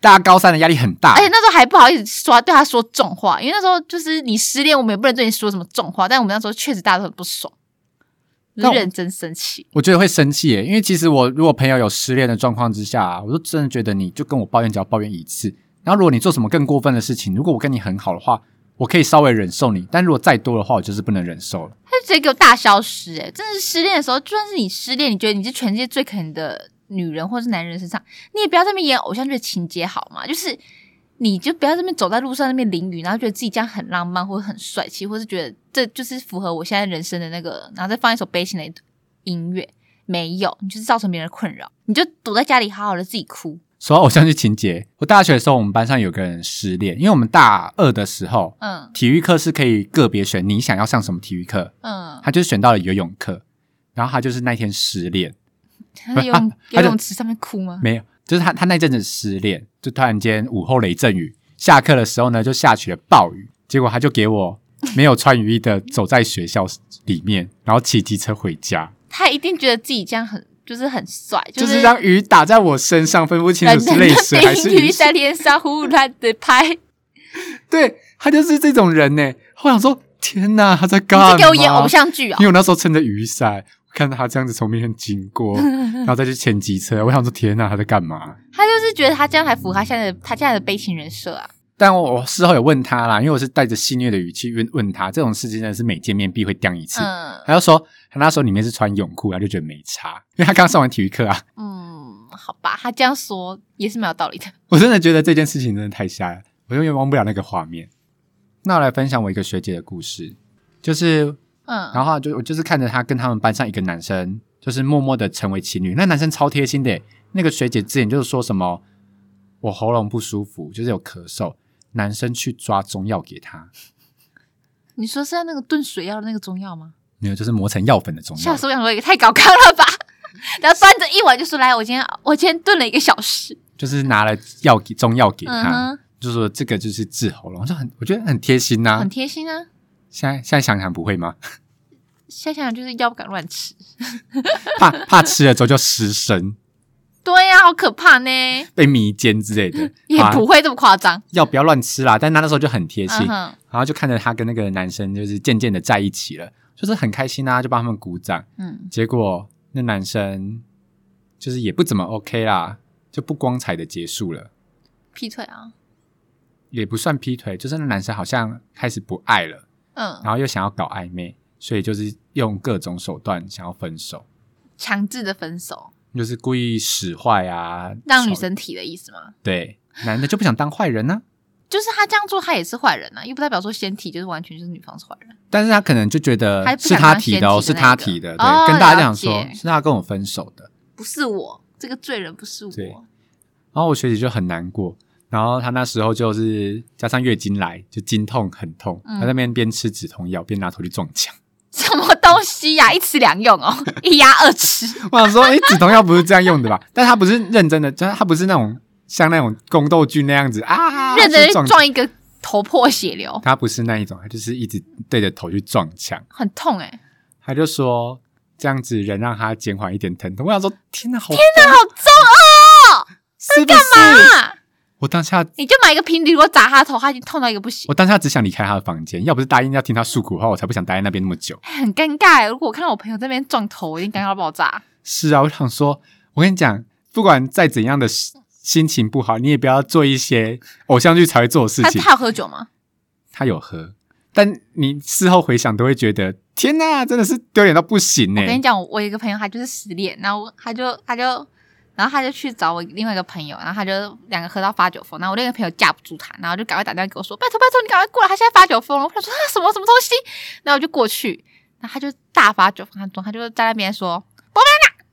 [SPEAKER 2] 大家高三的压力很大
[SPEAKER 1] 而。且那时候还不好意思说对他说重话，因为那时候就是你失恋，我们也不能对你说什么重话，但我们那时候确实大家都很不爽，就
[SPEAKER 2] 那
[SPEAKER 1] 是
[SPEAKER 2] 我
[SPEAKER 1] 认真生气。
[SPEAKER 2] 我觉得会生气耶，因为其实我如果朋友有失恋的状况之下、啊我就真的觉得你就跟我抱怨，只要抱怨一次。然后如果你做什么更过分的事情，如果我跟你很好的话，我可以稍微忍受你，但如果再多的话，我就是不能忍受了。
[SPEAKER 1] 他就直接给我大消失、欸，真的是失恋的时候，就算是你失恋，你觉得你是全世界最可怜的女人或是男人身上，你也不要在那边演偶像剧的情节好吗？就是你就不要在那边走在路上那边淋雨，然后觉得自己这样很浪漫或者很帅气，或是觉得这就是符合我现在人生的那个，然后再放一首悲情的音乐，没有，你就是造成别人的困扰，你就躲在家里好好的自己哭。
[SPEAKER 2] 说到偶像剧情节，我大学的时候，我们班上有个人失恋，因为我们大二的时候，
[SPEAKER 1] 嗯
[SPEAKER 2] 体育课是可以个别选你想要上什么体育课，
[SPEAKER 1] 嗯，
[SPEAKER 2] 他就选到了游泳课，然后他就是那天失恋，
[SPEAKER 1] 他在游泳游
[SPEAKER 2] 他就
[SPEAKER 1] 泳池上面哭吗？
[SPEAKER 2] 没有，就是他他那阵子失恋，就突然间午后雷阵雨，下课的时候呢就下起了暴雨，结果他就给我没有穿雨衣的走在学校里面，然后骑机车回家，
[SPEAKER 1] 他一定觉得自己这样很就是很帅，
[SPEAKER 2] 就是是让雨打在我身上，分不清楚是泪水还是雨
[SPEAKER 1] 雨在脸上胡乱的拍，你
[SPEAKER 2] 对他就是这种人呢。后来我想说，天哪，他 在干嘛？
[SPEAKER 1] 是给我演偶像剧哦
[SPEAKER 2] 因为。我那时候撑着雨伞，看到他这样子从面前经 过，然后再去牵机车，我想说天哪，他在干嘛？
[SPEAKER 1] 他就是觉得他这样还符合他现在的他现在的悲情人设啊。
[SPEAKER 2] 但我我事后有问他啦，因为我是带着戏谑的语气问问他，这种事情真的是每见面必会掉一次。
[SPEAKER 1] 嗯
[SPEAKER 2] 他就说他那时候里面是穿泳裤，他就觉得没差，因为他刚上完体育课啊。
[SPEAKER 1] 嗯，好吧，他这样说也是蛮有道理的。
[SPEAKER 2] 我真的觉得这件事情真的太瞎了，我永远忘不了那个画面。那我来分享我一个学姐的故事，就是
[SPEAKER 1] 嗯
[SPEAKER 2] 然后就我就是看着他跟他们班上一个男生，就是默默的成为情侣。那男生超贴心的耶，那个学姐之前就是说什么我喉咙不舒服，就是有咳嗽，男生去抓中药给他，
[SPEAKER 1] 你说是要那个炖水药的那个中药吗？
[SPEAKER 2] 没有就是磨成药粉的中
[SPEAKER 1] 吓
[SPEAKER 2] 药。
[SPEAKER 1] 死我！想说也太搞纲了吧。 然后端着一碗就说：“来，我今天我今天炖了一个小时。
[SPEAKER 2] 就是拿了药给中药给”他，
[SPEAKER 1] 嗯
[SPEAKER 2] 就说这个就是治喉咙，就很我觉得很贴心呐、
[SPEAKER 1] 哼，很贴心啊。
[SPEAKER 2] 现在现在想想不会吗？
[SPEAKER 1] 现在想想就是药不敢乱吃。
[SPEAKER 2] 怕怕吃了之后就失神、
[SPEAKER 1] 对呀、好可怕呢，
[SPEAKER 2] 被迷奸之类的，
[SPEAKER 1] 也
[SPEAKER 2] 好啊
[SPEAKER 1] 不会这么夸张。
[SPEAKER 2] 药不要乱吃啦。但他那时候就很贴心
[SPEAKER 1] 嗯，哼，
[SPEAKER 2] 然后就看着他跟那个男生就是渐渐的在一起了，就是很开心啊，就帮他们鼓掌。
[SPEAKER 1] 嗯，
[SPEAKER 2] 结果那男生就是也不怎么 OK 啦，就不光彩的结束了，
[SPEAKER 1] 劈腿啊，
[SPEAKER 2] 也不算劈腿，就是那男生好像开始不爱了，
[SPEAKER 1] 嗯，
[SPEAKER 2] 然后又想要搞暧昧，所以就是用各种手段想要分手，
[SPEAKER 1] 强制的分手，
[SPEAKER 2] 就是故意使坏啊，
[SPEAKER 1] 让女
[SPEAKER 2] 吵
[SPEAKER 1] 生提的意思吗？
[SPEAKER 2] 对男的就不想当坏人啊呢、
[SPEAKER 1] 就是他这样做，他也是坏人啊，又不代表说先提就是完全就是女方是坏人。
[SPEAKER 2] 但是他可能就觉得
[SPEAKER 1] 还不
[SPEAKER 2] 是
[SPEAKER 1] 想
[SPEAKER 2] 他
[SPEAKER 1] 当
[SPEAKER 2] 提
[SPEAKER 1] 先
[SPEAKER 2] 的哦，
[SPEAKER 1] 提
[SPEAKER 2] 是
[SPEAKER 1] 的
[SPEAKER 2] 他
[SPEAKER 1] 那个
[SPEAKER 2] 提的，对，
[SPEAKER 1] 哦
[SPEAKER 2] 跟大家
[SPEAKER 1] 了
[SPEAKER 2] 讲说
[SPEAKER 1] 解
[SPEAKER 2] 是他跟我分手的，
[SPEAKER 1] 不是我这个罪人，不是
[SPEAKER 2] 对
[SPEAKER 1] 我。
[SPEAKER 2] 然后我学姐就很难过，然后她那时候就是加上月经来，就经痛很痛，
[SPEAKER 1] 嗯
[SPEAKER 2] 她在那边边吃止痛药边拿头去撞墙。
[SPEAKER 1] 什么东西呀、一 吃两用哦，一鸭二 吃。
[SPEAKER 2] 我想说，哎，止痛药不是这样用的吧？但她不是认真的，就是她不是那种像那种宫斗剧那样子啊，
[SPEAKER 1] 认真
[SPEAKER 2] 去
[SPEAKER 1] 去
[SPEAKER 2] 撞
[SPEAKER 1] 撞一个头破血流，
[SPEAKER 2] 她不是那一种，她就是一直对着头去撞墙。
[SPEAKER 1] 很痛哎、
[SPEAKER 2] 她就说这样子能让她减缓一点疼痛。我想说，天哪，好天
[SPEAKER 1] 那好重
[SPEAKER 2] 是不是？
[SPEAKER 1] 哦啊！
[SPEAKER 2] 我当下
[SPEAKER 1] 你就买一个平底锅砸他头，他已经痛到一个不行，
[SPEAKER 2] 我当下只想离开她的房间，要不是答应要听她诉苦的话，我才不想待在那边那么久。
[SPEAKER 1] 哎很尴尬、欸。如果我看到我朋友在那边撞头，我一定尴尬到爆炸。
[SPEAKER 2] 是啊，我想说，我跟你讲，不管再怎样的心心情不好，你也不要做一些偶像剧才会做的事
[SPEAKER 1] 他
[SPEAKER 2] 情。
[SPEAKER 1] 他有喝酒吗？
[SPEAKER 2] 他有喝，但你事后回想都会觉得，天哪，真的是丢脸到不行欸呢、
[SPEAKER 1] 我跟你讲，我我有一个朋友，他就是失恋，然后他就他就，然后他就去找我另外一个朋友，然后他就两个喝到发酒疯，然后我另一个朋友架不住他，然后就赶快打电话给我说，拜托拜托，你赶快过来，他现在发酒疯了。我想说啊什么什么东西，然后我就过去，然后他就大发酒疯，他装，他就在那边说波娜娜，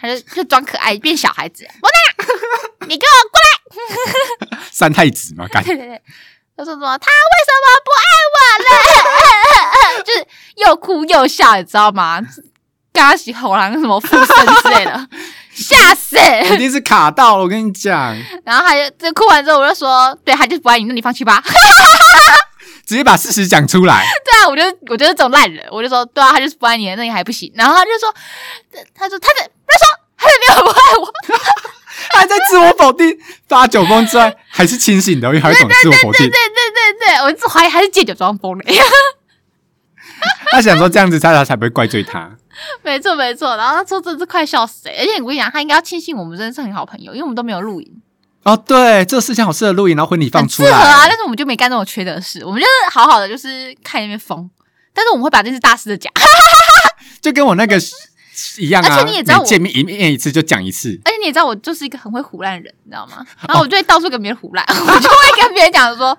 [SPEAKER 1] 他就就装可爱变小孩子，波娜娜，你给我过
[SPEAKER 2] 三太子嘛，
[SPEAKER 1] 来，
[SPEAKER 2] 感
[SPEAKER 1] 对对对，他说什么他为什么不爱我了，就是又哭又笑，你知道吗？刚洗喉咙什么附身之类的，吓死！
[SPEAKER 2] 一定是卡到了。我跟你讲，
[SPEAKER 1] 然后他就这哭完之后，我就说，对，他就不爱你，那你放弃吧。
[SPEAKER 2] 直接把事实讲出来。
[SPEAKER 1] 对啊，我就我就是这种烂人，我就说，对啊，他就是不爱你，那你还不行。然后他就说，他说他的，他说他的没有不爱我，
[SPEAKER 2] 还在自我否定，发酒疯之外还是清醒的，因为还有一种自我否
[SPEAKER 1] 对。对
[SPEAKER 2] 定
[SPEAKER 1] 对对，我就怀疑他是借酒装疯的。
[SPEAKER 2] 他想说这样子，他才不会怪罪他。
[SPEAKER 1] 没错没错，然后他说真是快笑死、欸，而且我跟你讲，他应该要庆幸我们真的是很好朋友，因为我们都没有录影。
[SPEAKER 2] 哦，对，这个事情好适合录影，然后婚礼放
[SPEAKER 1] 很
[SPEAKER 2] 出
[SPEAKER 1] 适
[SPEAKER 2] 来
[SPEAKER 1] 合啊，但是我们就没干那种缺德事，我们就是好好的，就是看那边疯。但是我们会把这是大师的假，
[SPEAKER 2] 就跟我那个一样啊。
[SPEAKER 1] 而且你也知道我
[SPEAKER 2] 每见面一面一次就讲一次，
[SPEAKER 1] 而且你也知道我就是一个很会胡乱的人，你知道吗？然后我就会到处跟别人胡乱， 我就会跟别人讲说，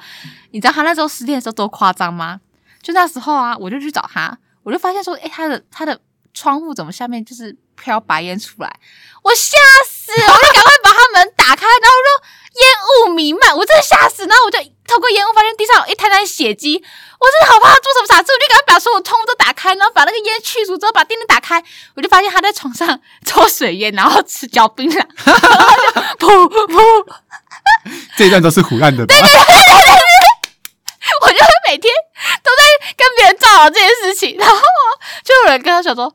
[SPEAKER 1] 你知道他那时候失恋的时候多夸张吗？就那时候啊，我就去找他，我就发现说，诶、他的他的窗户怎么下面就是飘白烟出来，我吓死，我就赶快把他门打开，然后就烟雾弥漫，我真的吓死，然后我就透过烟雾发现地上有一滩滩血迹，我真的好怕他做什么傻事，我就赶快把所有窗户都打开，然后把那个烟去除之后，把电灯打开，我就发现他在床上抽水烟，然后吃嚼槟榔， 然后就噗噗。
[SPEAKER 2] 这一段都是胡乱的吧？
[SPEAKER 1] 我就会每天都在到这件事情，然后就有人跟他讲说：“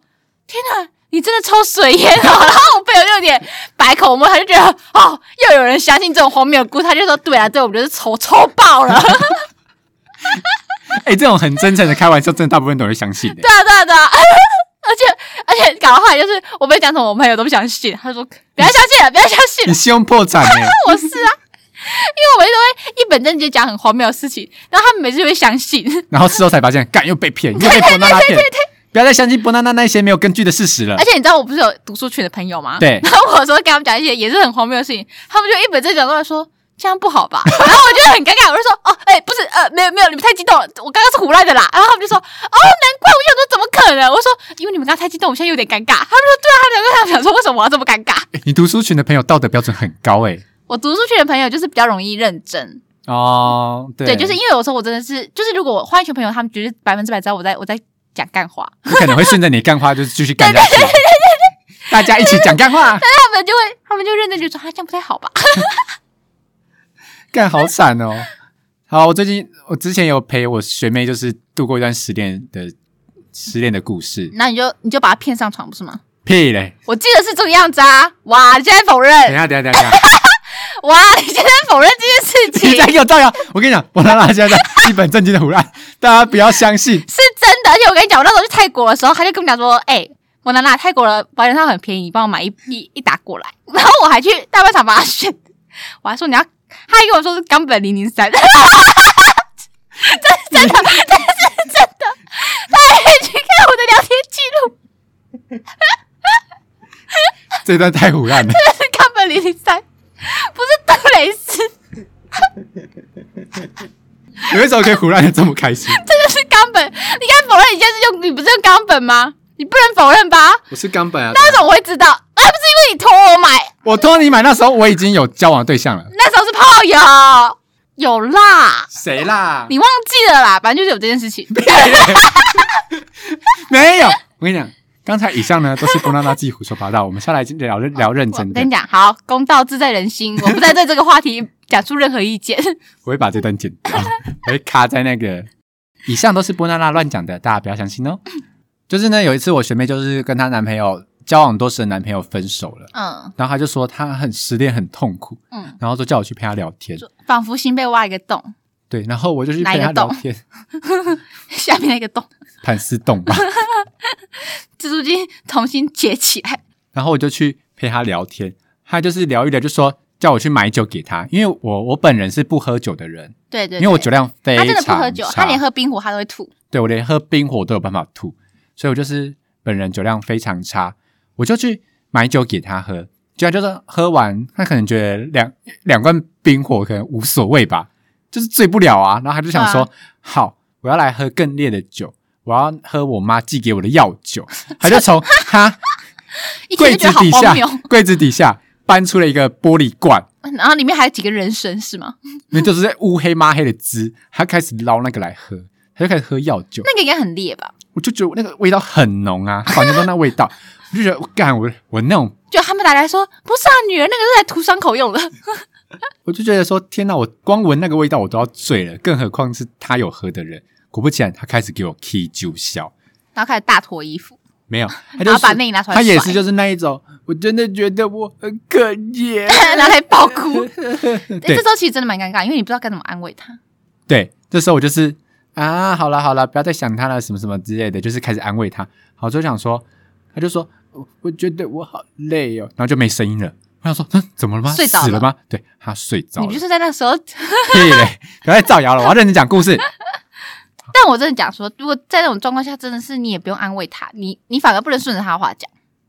[SPEAKER 1] 天哪，你真的抽水烟哦！”然后我朋友就有点百口莫，他就觉得哦，又有人相信这种荒谬的故事，他就说：“对啊，对，我们就是抽抽爆了。”
[SPEAKER 2] 哎、这种很真诚的开玩笑，真的大部分都会相信的、
[SPEAKER 1] 对啊，对啊，对啊。 而且而且搞到后来就是我被讲什么，我朋友都不相信，他说不要相信了，不要相信了
[SPEAKER 2] 你，信用破产哎、
[SPEAKER 1] 我是啊， 因为我们都会一本正经讲很荒谬的事情，然后他们每次就会相信，
[SPEAKER 2] 然后事后才发现，干又被骗，又被波娜娜骗。不要再相信波娜娜那些没有根据的事实了
[SPEAKER 1] 而。且你知道我不是有读书群的朋友吗？
[SPEAKER 2] 对
[SPEAKER 1] 然后我有时候跟他们讲一些也是很荒谬的事情，他们就一本正经地跟我说。这样不好吧？ 然后我就很尴尬，我就说哦，哎、不是，呃，没有没有，你们太激动了，我刚刚是胡乱的啦。然后他们就说哦，难怪，我想说怎么可能？我说因为你们刚刚太激动，我现在有点尴尬。他们说对啊，他们两个他们想说为什么我要这么尴尬？
[SPEAKER 2] 哎你读书群的朋友道德标准很高哎、
[SPEAKER 1] 我读书群的朋友就是比较容易认真，
[SPEAKER 2] 哦，对
[SPEAKER 1] 对，就是因为有时候我真的是，就是如果我换一群朋友，他们绝对百分之百知道我在我在讲干话，
[SPEAKER 2] 你可能会顺着你干话，就是继续干下去。大家一起讲干话，
[SPEAKER 1] 他们就会他们就认真觉得说啊这样不太好吧？
[SPEAKER 2] 干好惨哦。好，我最近我之前有陪我学妹，就是度过一段失恋的失恋的故事。
[SPEAKER 1] 那你就你就把他骗上床不是吗？
[SPEAKER 2] 屁嘞！
[SPEAKER 1] 我记得是这个样子啊！哇，你现在否
[SPEAKER 2] 等一
[SPEAKER 1] 认？
[SPEAKER 2] 下，等一下，等一下，
[SPEAKER 1] 哇，你现在否认这件事情
[SPEAKER 2] 你再给我造谣！我跟你讲，我拉拉现在在一本正经的胡乱，大家不要相信。
[SPEAKER 1] 是真的，而且我跟你讲，我那时候去泰国的时候，他就跟我讲说，哎、我娜娜，泰国的保险套很便宜，你帮我买一一一打过来。然后我还去大卖场帮他选，我还说你要，他还跟我说是冈本零零三，这是真的，这是真的。大家可以去看我的聊天记录，
[SPEAKER 2] 这段太胡乱了。
[SPEAKER 1] 这是冈本零零三，不是邓蕾斯，
[SPEAKER 2] 有一时候可以胡乱的这么开心。
[SPEAKER 1] 这就是冈本。你敢否认你现在是用你不是用冈本吗？你不能否认吧？
[SPEAKER 2] 我是冈本啊，
[SPEAKER 1] 那为什么我会知道？那不是因为你托我买，
[SPEAKER 2] 我托你买那时候我已经有交往对象了。
[SPEAKER 1] 那时候是炮友，有啦，
[SPEAKER 2] 谁啦？
[SPEAKER 1] 你忘记了啦，反正就是有这件事 情。
[SPEAKER 2] 没有。我跟你讲，刚才以上呢都是波娜娜自己胡说八道。我们下来聊聊认
[SPEAKER 1] 我
[SPEAKER 2] 真的
[SPEAKER 1] 跟你，讲，好，公道自在人心，我不再对这个话题讲出任何意见。
[SPEAKER 2] 我会把这段剪 掉，我会卡在那个。以上都是波娜娜乱讲的，大家不要相信哦。就是呢，有一次我学妹就是跟她男朋友交往多时的男朋友分手了，
[SPEAKER 1] 嗯
[SPEAKER 2] 然后她就说她很失恋，很痛苦，
[SPEAKER 1] 嗯，
[SPEAKER 2] 然后就叫我去陪她聊天。
[SPEAKER 1] 就仿佛心被挖一个洞，
[SPEAKER 2] 对，然后我就去陪
[SPEAKER 1] 哪
[SPEAKER 2] 她
[SPEAKER 1] 一个
[SPEAKER 2] 聊
[SPEAKER 1] 洞
[SPEAKER 2] 天，
[SPEAKER 1] 下面那个洞，
[SPEAKER 2] 盘丝洞吧。
[SPEAKER 1] 蜘蛛精重新结起来。
[SPEAKER 2] 然后我就去陪他聊天，他就是聊一聊，就说叫我去买酒给他，因为我我本人是不喝酒的人，
[SPEAKER 1] 对对对
[SPEAKER 2] 因为我酒量非
[SPEAKER 1] 他
[SPEAKER 2] 常
[SPEAKER 1] 真
[SPEAKER 2] 差，
[SPEAKER 1] 的不喝酒，他连喝冰壶他都会吐。
[SPEAKER 2] 对我连喝冰火都有办法吐，所以我就是本人酒量非常差，我就去买酒给他喝，结果就是喝完，他可能觉得两两罐冰火可能无所谓吧，就是醉不了啊，然后他就想说，
[SPEAKER 1] 对
[SPEAKER 2] 好，我要来喝更烈的酒。我要喝我妈寄给我的药酒，他就 从他
[SPEAKER 1] 一开
[SPEAKER 2] 柜
[SPEAKER 1] 始就觉得
[SPEAKER 2] 子
[SPEAKER 1] 好
[SPEAKER 2] 底
[SPEAKER 1] 荒
[SPEAKER 2] 下
[SPEAKER 1] 谬，，
[SPEAKER 2] 柜子底下搬出了一个玻璃罐，
[SPEAKER 1] 然后里面还有几个人参是吗？
[SPEAKER 2] 那就是在乌黑抹黑的汁，他开始捞那个来喝，他就开始喝药酒，
[SPEAKER 1] 那个应该很烈吧？
[SPEAKER 2] 我就觉得那个味道很浓 啊，房间都那味道，我就觉得我干我我那种，
[SPEAKER 1] 就他们打来说，不是啊，女人那个是来涂伤口用的。
[SPEAKER 2] 我就觉得说天哪，我光闻那个味道我都要醉了，更何况是他有喝的人。果不其然，他开始给我 key 就笑，
[SPEAKER 1] 然后开始大脱衣服，
[SPEAKER 2] 没有，他
[SPEAKER 1] 然
[SPEAKER 2] 就
[SPEAKER 1] 后把
[SPEAKER 2] 是
[SPEAKER 1] 内衣拿出来
[SPEAKER 2] 他
[SPEAKER 1] 甩，
[SPEAKER 2] 也是就是那一种，我真的觉得我很可 怜，
[SPEAKER 1] 然后来爆哭。 欸
[SPEAKER 2] 对
[SPEAKER 1] 这时候其实真的蛮尴尬，因为你不知道该怎么安慰他。
[SPEAKER 2] 对，这时候我就是啊，好了好了，不要再想他了，什么什么之类的，就是开始安慰他。好，就想说，他就说，我我觉得我好累哦，然后就没声音了。我想说，嗯，怎么了吗？
[SPEAKER 1] 睡着
[SPEAKER 2] 死了
[SPEAKER 1] 了
[SPEAKER 2] 吗？对他睡着
[SPEAKER 1] 你
[SPEAKER 2] 了，
[SPEAKER 1] 就是在那时候，
[SPEAKER 2] 屁嘞，不要再造谣了，我要认真讲故事。
[SPEAKER 1] 但我真的讲说，如果在那种状况下，真的是你也不用安慰他，你你反而不能顺着他的话讲，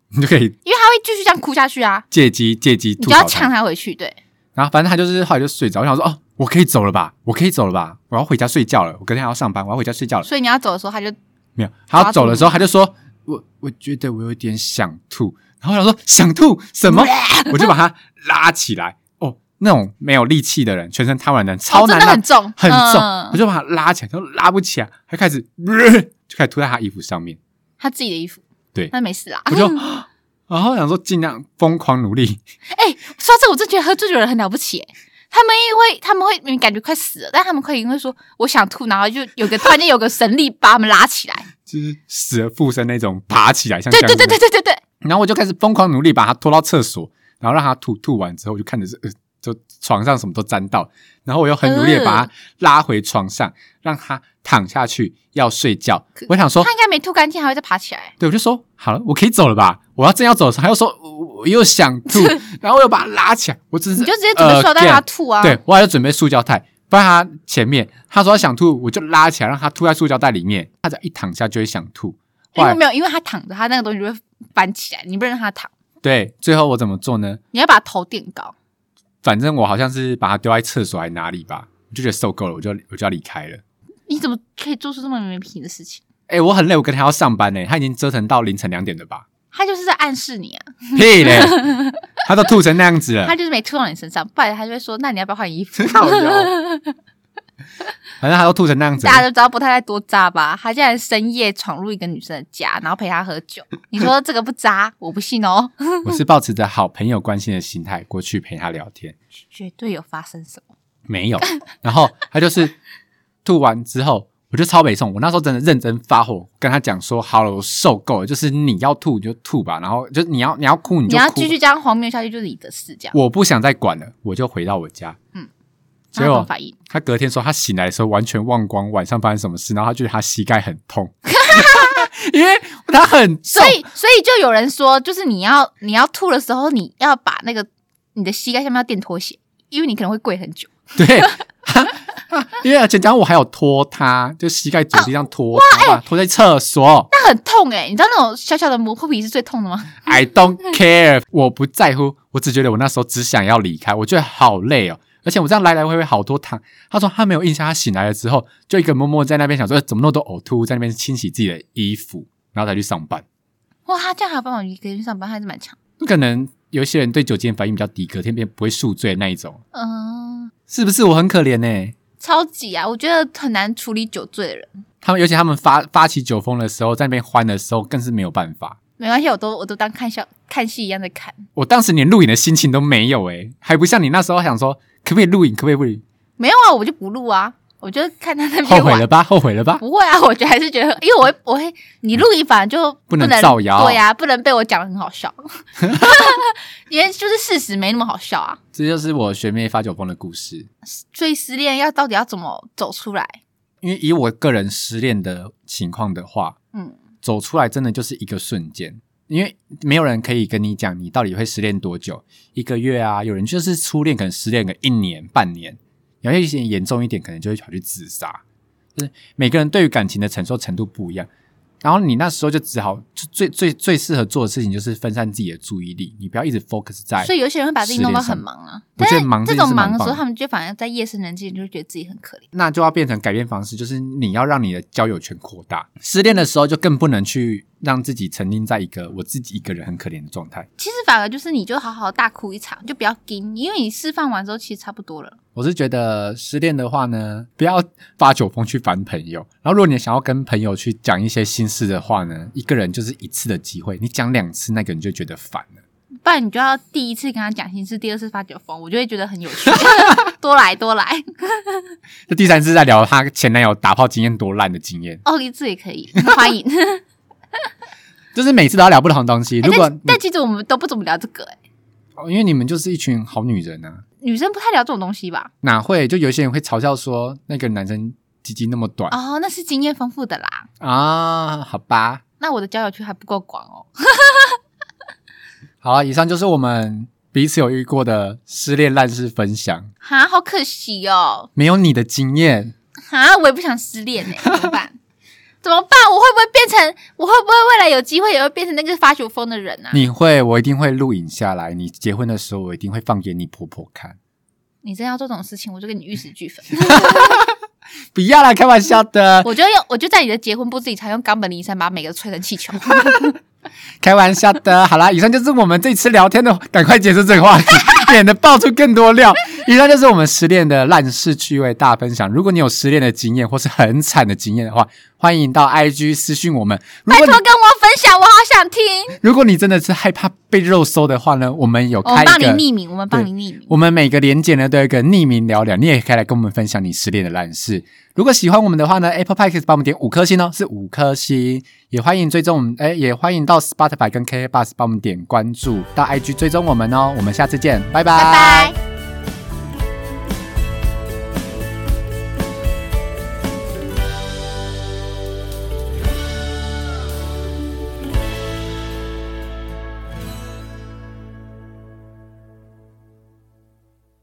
[SPEAKER 2] 你就可以
[SPEAKER 1] 因为他会继续这样哭下去啊，
[SPEAKER 2] 借机借机
[SPEAKER 1] 你
[SPEAKER 2] 吐
[SPEAKER 1] 就要啊
[SPEAKER 2] 槽
[SPEAKER 1] 呛
[SPEAKER 2] 他。
[SPEAKER 1] 他回去。对，
[SPEAKER 2] 然后反正他就是后来就睡着，我想说，哦，我可以走了吧，我可以走了吧，我要回家睡觉了，我隔天还要上班，我要回家睡觉了。
[SPEAKER 1] 所以你要走的时候，他就
[SPEAKER 2] 没有，他要
[SPEAKER 1] 抓
[SPEAKER 2] 走的
[SPEAKER 1] 住
[SPEAKER 2] 时候，他就说：“我我觉得我有点想吐。”然后我想说：“想吐 什么？”我就把他拉起来。哦，那种没有力气的人，全身瘫软的人，超
[SPEAKER 1] 哦真
[SPEAKER 2] 难
[SPEAKER 1] 的
[SPEAKER 2] 拉，
[SPEAKER 1] 很重，
[SPEAKER 2] 很重。
[SPEAKER 1] 嗯
[SPEAKER 2] 我就把他拉起来，他拉不起来，他开始、 呃就开始吐在他衣服上面。
[SPEAKER 1] 他自己的衣服。
[SPEAKER 2] 对
[SPEAKER 1] 那没事啦。
[SPEAKER 2] 我就
[SPEAKER 1] 啊
[SPEAKER 2] 然后想说尽量疯狂努力，
[SPEAKER 1] 哎，说到这个，我真觉得喝醉酒的人很了不起、哎，他他们也会，他们会明明感觉快死了，但他们可以因为说我想吐，然后就有个突然间有个神力把他们拉 起来。
[SPEAKER 2] 就是死而复生那种，爬起来像
[SPEAKER 1] 对
[SPEAKER 2] 这
[SPEAKER 1] 对
[SPEAKER 2] 样子
[SPEAKER 1] 对对对对对，
[SPEAKER 2] 然后我就开始疯狂努力把他拖到厕所，然后让他吐吐完之后，我就看着是、呃，就床上什么都沾到，然后我又很努力的把他拉回床上，让他躺下去要睡觉
[SPEAKER 1] 可。
[SPEAKER 2] 我想说
[SPEAKER 1] 他，应该没吐干净，还会再爬起来。
[SPEAKER 2] 对，我就说好了，我可以走了吧？我要正要走的时候，他又说我我又想 吐，然后我又把他拉起来，我只是
[SPEAKER 1] 你就直接准备塑料袋让他吐啊！
[SPEAKER 2] 呃对，我还要准备塑胶袋，放在他前面。他说他想吐，我就拉起来让他吐在塑胶袋里面，他只要一躺下就会想吐。
[SPEAKER 1] 因
[SPEAKER 2] 后
[SPEAKER 1] 为
[SPEAKER 2] 来
[SPEAKER 1] 没有，因为他躺着，他那个东西就会翻起来，你不能让他躺，
[SPEAKER 2] 对，最后我怎么做呢？
[SPEAKER 1] 你要把头垫高。
[SPEAKER 2] 反正我好像是把它丢在厕所还哪里吧，我就觉得受够了，我就我就要离开了。
[SPEAKER 1] 你怎么可以做出这么没品的事情？
[SPEAKER 2] 哎、我很累，我跟他要上班呢、他已经折腾到凌晨两点了吧？
[SPEAKER 1] 他就是在暗示你啊，
[SPEAKER 2] 屁嘞，他都吐成那样子
[SPEAKER 1] 他
[SPEAKER 2] 了。
[SPEAKER 1] 就是没吐到你身上，不然他就会说：“那你要不要换衣 服
[SPEAKER 2] 靠腰反正他都吐成那样？”子了
[SPEAKER 1] 大，家都知道不太太多渣吧？他竟然深夜闯入一个女生的家，然后陪她喝酒，你说这个不渣？我不信哦，
[SPEAKER 2] 我是抱持着好朋友关心的心态过去陪他聊天，
[SPEAKER 1] 绝对有发生什么。
[SPEAKER 2] 没有。然后他就是吐完之后，我就超北宋。我那时候真的认真发火，跟他讲说：“好了，我受够了，就是你要吐你就吐吧，然后就是你要你要哭你
[SPEAKER 1] 你
[SPEAKER 2] 就
[SPEAKER 1] 要
[SPEAKER 2] 哭
[SPEAKER 1] 继续这样荒谬下去，就是你的事。这样，
[SPEAKER 2] 我不想再管了，我就回到我家。
[SPEAKER 1] 嗯，
[SPEAKER 2] 结
[SPEAKER 1] 然后他怎么
[SPEAKER 2] 果
[SPEAKER 1] 反应？
[SPEAKER 2] 他隔天说他醒来的时候完全忘光晚上发生什么事，然后他觉得他膝盖很 痛，因为他很重
[SPEAKER 1] 所。以，所以就有人说，就是你要你要吐的时候，你要把那个你的膝盖下面要垫拖鞋，因为你可能会跪很久。
[SPEAKER 2] 对， 因为简讲我还有拖他，就膝盖着地
[SPEAKER 1] 哦
[SPEAKER 2] 上拖，然后把他拖在厕所。
[SPEAKER 1] 那很痛欸诶、你知道那种小小的磨破皮是最痛的吗？
[SPEAKER 2] I don't care，我 不在乎，我只觉得我那时候只想要离开，我觉得好累哦。而且我这样来来回回好多趟，他说他没有印象，他醒来了之后就一个人默默在那边想说、呃怎么那么多呕吐，在那边清洗自己的衣服，然后才去上班。
[SPEAKER 1] 哇，他这样还有办法一个人去上班，还是蛮强。
[SPEAKER 2] 可能有一些人对酒精的反应比较低，隔天便不会宿醉那一种，
[SPEAKER 1] 嗯，
[SPEAKER 2] 是不是？我很可怜呢、
[SPEAKER 1] 超级啊！我觉得很难处理酒醉的人。
[SPEAKER 2] 他们尤其他们发发起酒疯的时候，在那边欢的时候，更是没有办法。
[SPEAKER 1] 没关系，我都我都当看笑看戏一样在看。
[SPEAKER 2] 我当时连录影的心情都没有诶、哎还不像你那时候想说可不可以录影，可不可以录影？
[SPEAKER 1] 没有啊，我就不录啊，我就看他那
[SPEAKER 2] 后
[SPEAKER 1] 边
[SPEAKER 2] 悔
[SPEAKER 1] 玩
[SPEAKER 2] 了。吧，后悔了 吧？
[SPEAKER 1] 不会啊，我觉得还是觉得，因为我会我会你录影反而就
[SPEAKER 2] 嗯不能
[SPEAKER 1] 能
[SPEAKER 2] 造谣
[SPEAKER 1] 对啊呀、不能被我讲的很好 笑，因为就是事实没那么好笑啊。
[SPEAKER 2] 这就是我学妹发酒疯的故事。
[SPEAKER 1] 所以失恋要到底要怎么走出来？
[SPEAKER 2] 因为以我个人失恋的情况的话，
[SPEAKER 1] 嗯，
[SPEAKER 2] 走出来真的就是一个瞬间，因为没有人可以跟你讲你到底会失恋多久，一个月啊，有人就是初恋可能失恋个一年半年，然后一些严重一点可能就会跑去自杀，就是每个人对于感情的承受程度不一样。然后你那时候就只好就最最最适合做的事情就是分散自己的注意力，你不要一直 focus 在
[SPEAKER 1] 所以有些人会把自己
[SPEAKER 2] 哎失
[SPEAKER 1] 弄
[SPEAKER 2] 恋
[SPEAKER 1] 到
[SPEAKER 2] 上
[SPEAKER 1] 很忙啊，
[SPEAKER 2] 我
[SPEAKER 1] 但
[SPEAKER 2] 觉得
[SPEAKER 1] 是
[SPEAKER 2] 忙
[SPEAKER 1] 这
[SPEAKER 2] 真的
[SPEAKER 1] 种
[SPEAKER 2] 是
[SPEAKER 1] 忙
[SPEAKER 2] 蛮
[SPEAKER 1] 的时候，
[SPEAKER 2] 棒
[SPEAKER 1] 他们就反而在夜深人静就会觉得自己很可怜。
[SPEAKER 2] 那就要变成改变方式，就是你要让你的交友圈扩大。失恋的时候就更不能去让自己沉浸在一个我自己一个人很可怜的状态。
[SPEAKER 1] 其实反而就是你就好好大哭一场，就不要惊，因为你释放完之后其实差不多了。
[SPEAKER 2] 我是觉得失恋的话呢，不要发酒疯去烦朋友。然后，如果你想要跟朋友去讲一些心事的话呢，一个人就是一次的机会，你讲两次，那个人就觉得烦了。
[SPEAKER 1] 不然你就要第一次跟他讲心事，第二次发酒疯，我就会觉得很有 趣， 多来多来。
[SPEAKER 2] 那第三次再聊她前男友打炮经验多烂的经验，
[SPEAKER 1] 哦，一次也可以，欢迎。
[SPEAKER 2] 就是每次都要聊不同的东西。
[SPEAKER 1] 欸
[SPEAKER 2] 如果
[SPEAKER 1] 但但其实我们都不怎么聊这个、欸，
[SPEAKER 2] 哦因为你们就是一群好女人啊，
[SPEAKER 1] 女生不太聊这种东西吧？
[SPEAKER 2] 哪会就有些人会嘲笑说那个男生鸡鸡那么短、
[SPEAKER 1] 哦，那是经验丰富的啦。
[SPEAKER 2] 啊？好吧，
[SPEAKER 1] 那我的交友圈还不够广哦。
[SPEAKER 2] 好了，以上就是我们彼此有遇过的失恋烂事分享，
[SPEAKER 1] 哈，好可惜哦。
[SPEAKER 2] 没有你的经验。
[SPEAKER 1] 哈，我也不想失恋哎、怎么办？ 怎么办？我会不会变成？我会不会未来有机会也会变成那个发酒疯的人啊？
[SPEAKER 2] 你会，我一定会录影下来。你结婚的时候，我一定会放给你婆婆 看。
[SPEAKER 1] 你真要做这种事情，我就跟你玉石俱焚。
[SPEAKER 2] 不要啦，开玩笑的，
[SPEAKER 1] 我就用，我就在你的结婚布置里常用冈本零三把每个吹成气 球。
[SPEAKER 2] 开玩笑的。好啦，以上就是我们这次聊天的，赶快结束这个话题，免得爆出更多料。以上就是我们失恋的烂事趣味大分享。如果你有失恋的经验或是很惨的经验的话，欢迎到 IG 私讯我们。如
[SPEAKER 1] 拜
[SPEAKER 2] 果
[SPEAKER 1] 托
[SPEAKER 2] 你
[SPEAKER 1] 跟我分享，我好想听。
[SPEAKER 2] 如果你真的是害怕被肉搜的话呢，我们有
[SPEAKER 1] 我们
[SPEAKER 2] 开一
[SPEAKER 1] 哦帮你
[SPEAKER 2] 个。
[SPEAKER 1] 匿名，我们帮你匿名。
[SPEAKER 2] 我们每个连结呢都有一个匿名聊聊，你也可以来跟我们分享你失恋的烂事。如果喜欢我们的话呢，Apple Podcast 帮我们点五颗星哦，是五颗星。也欢迎追踪我们，哎，也欢迎到 Spotify 跟 KK Bus 帮我们点关注，到 IG 追踪我们哦。我们下次见，拜
[SPEAKER 1] 拜拜。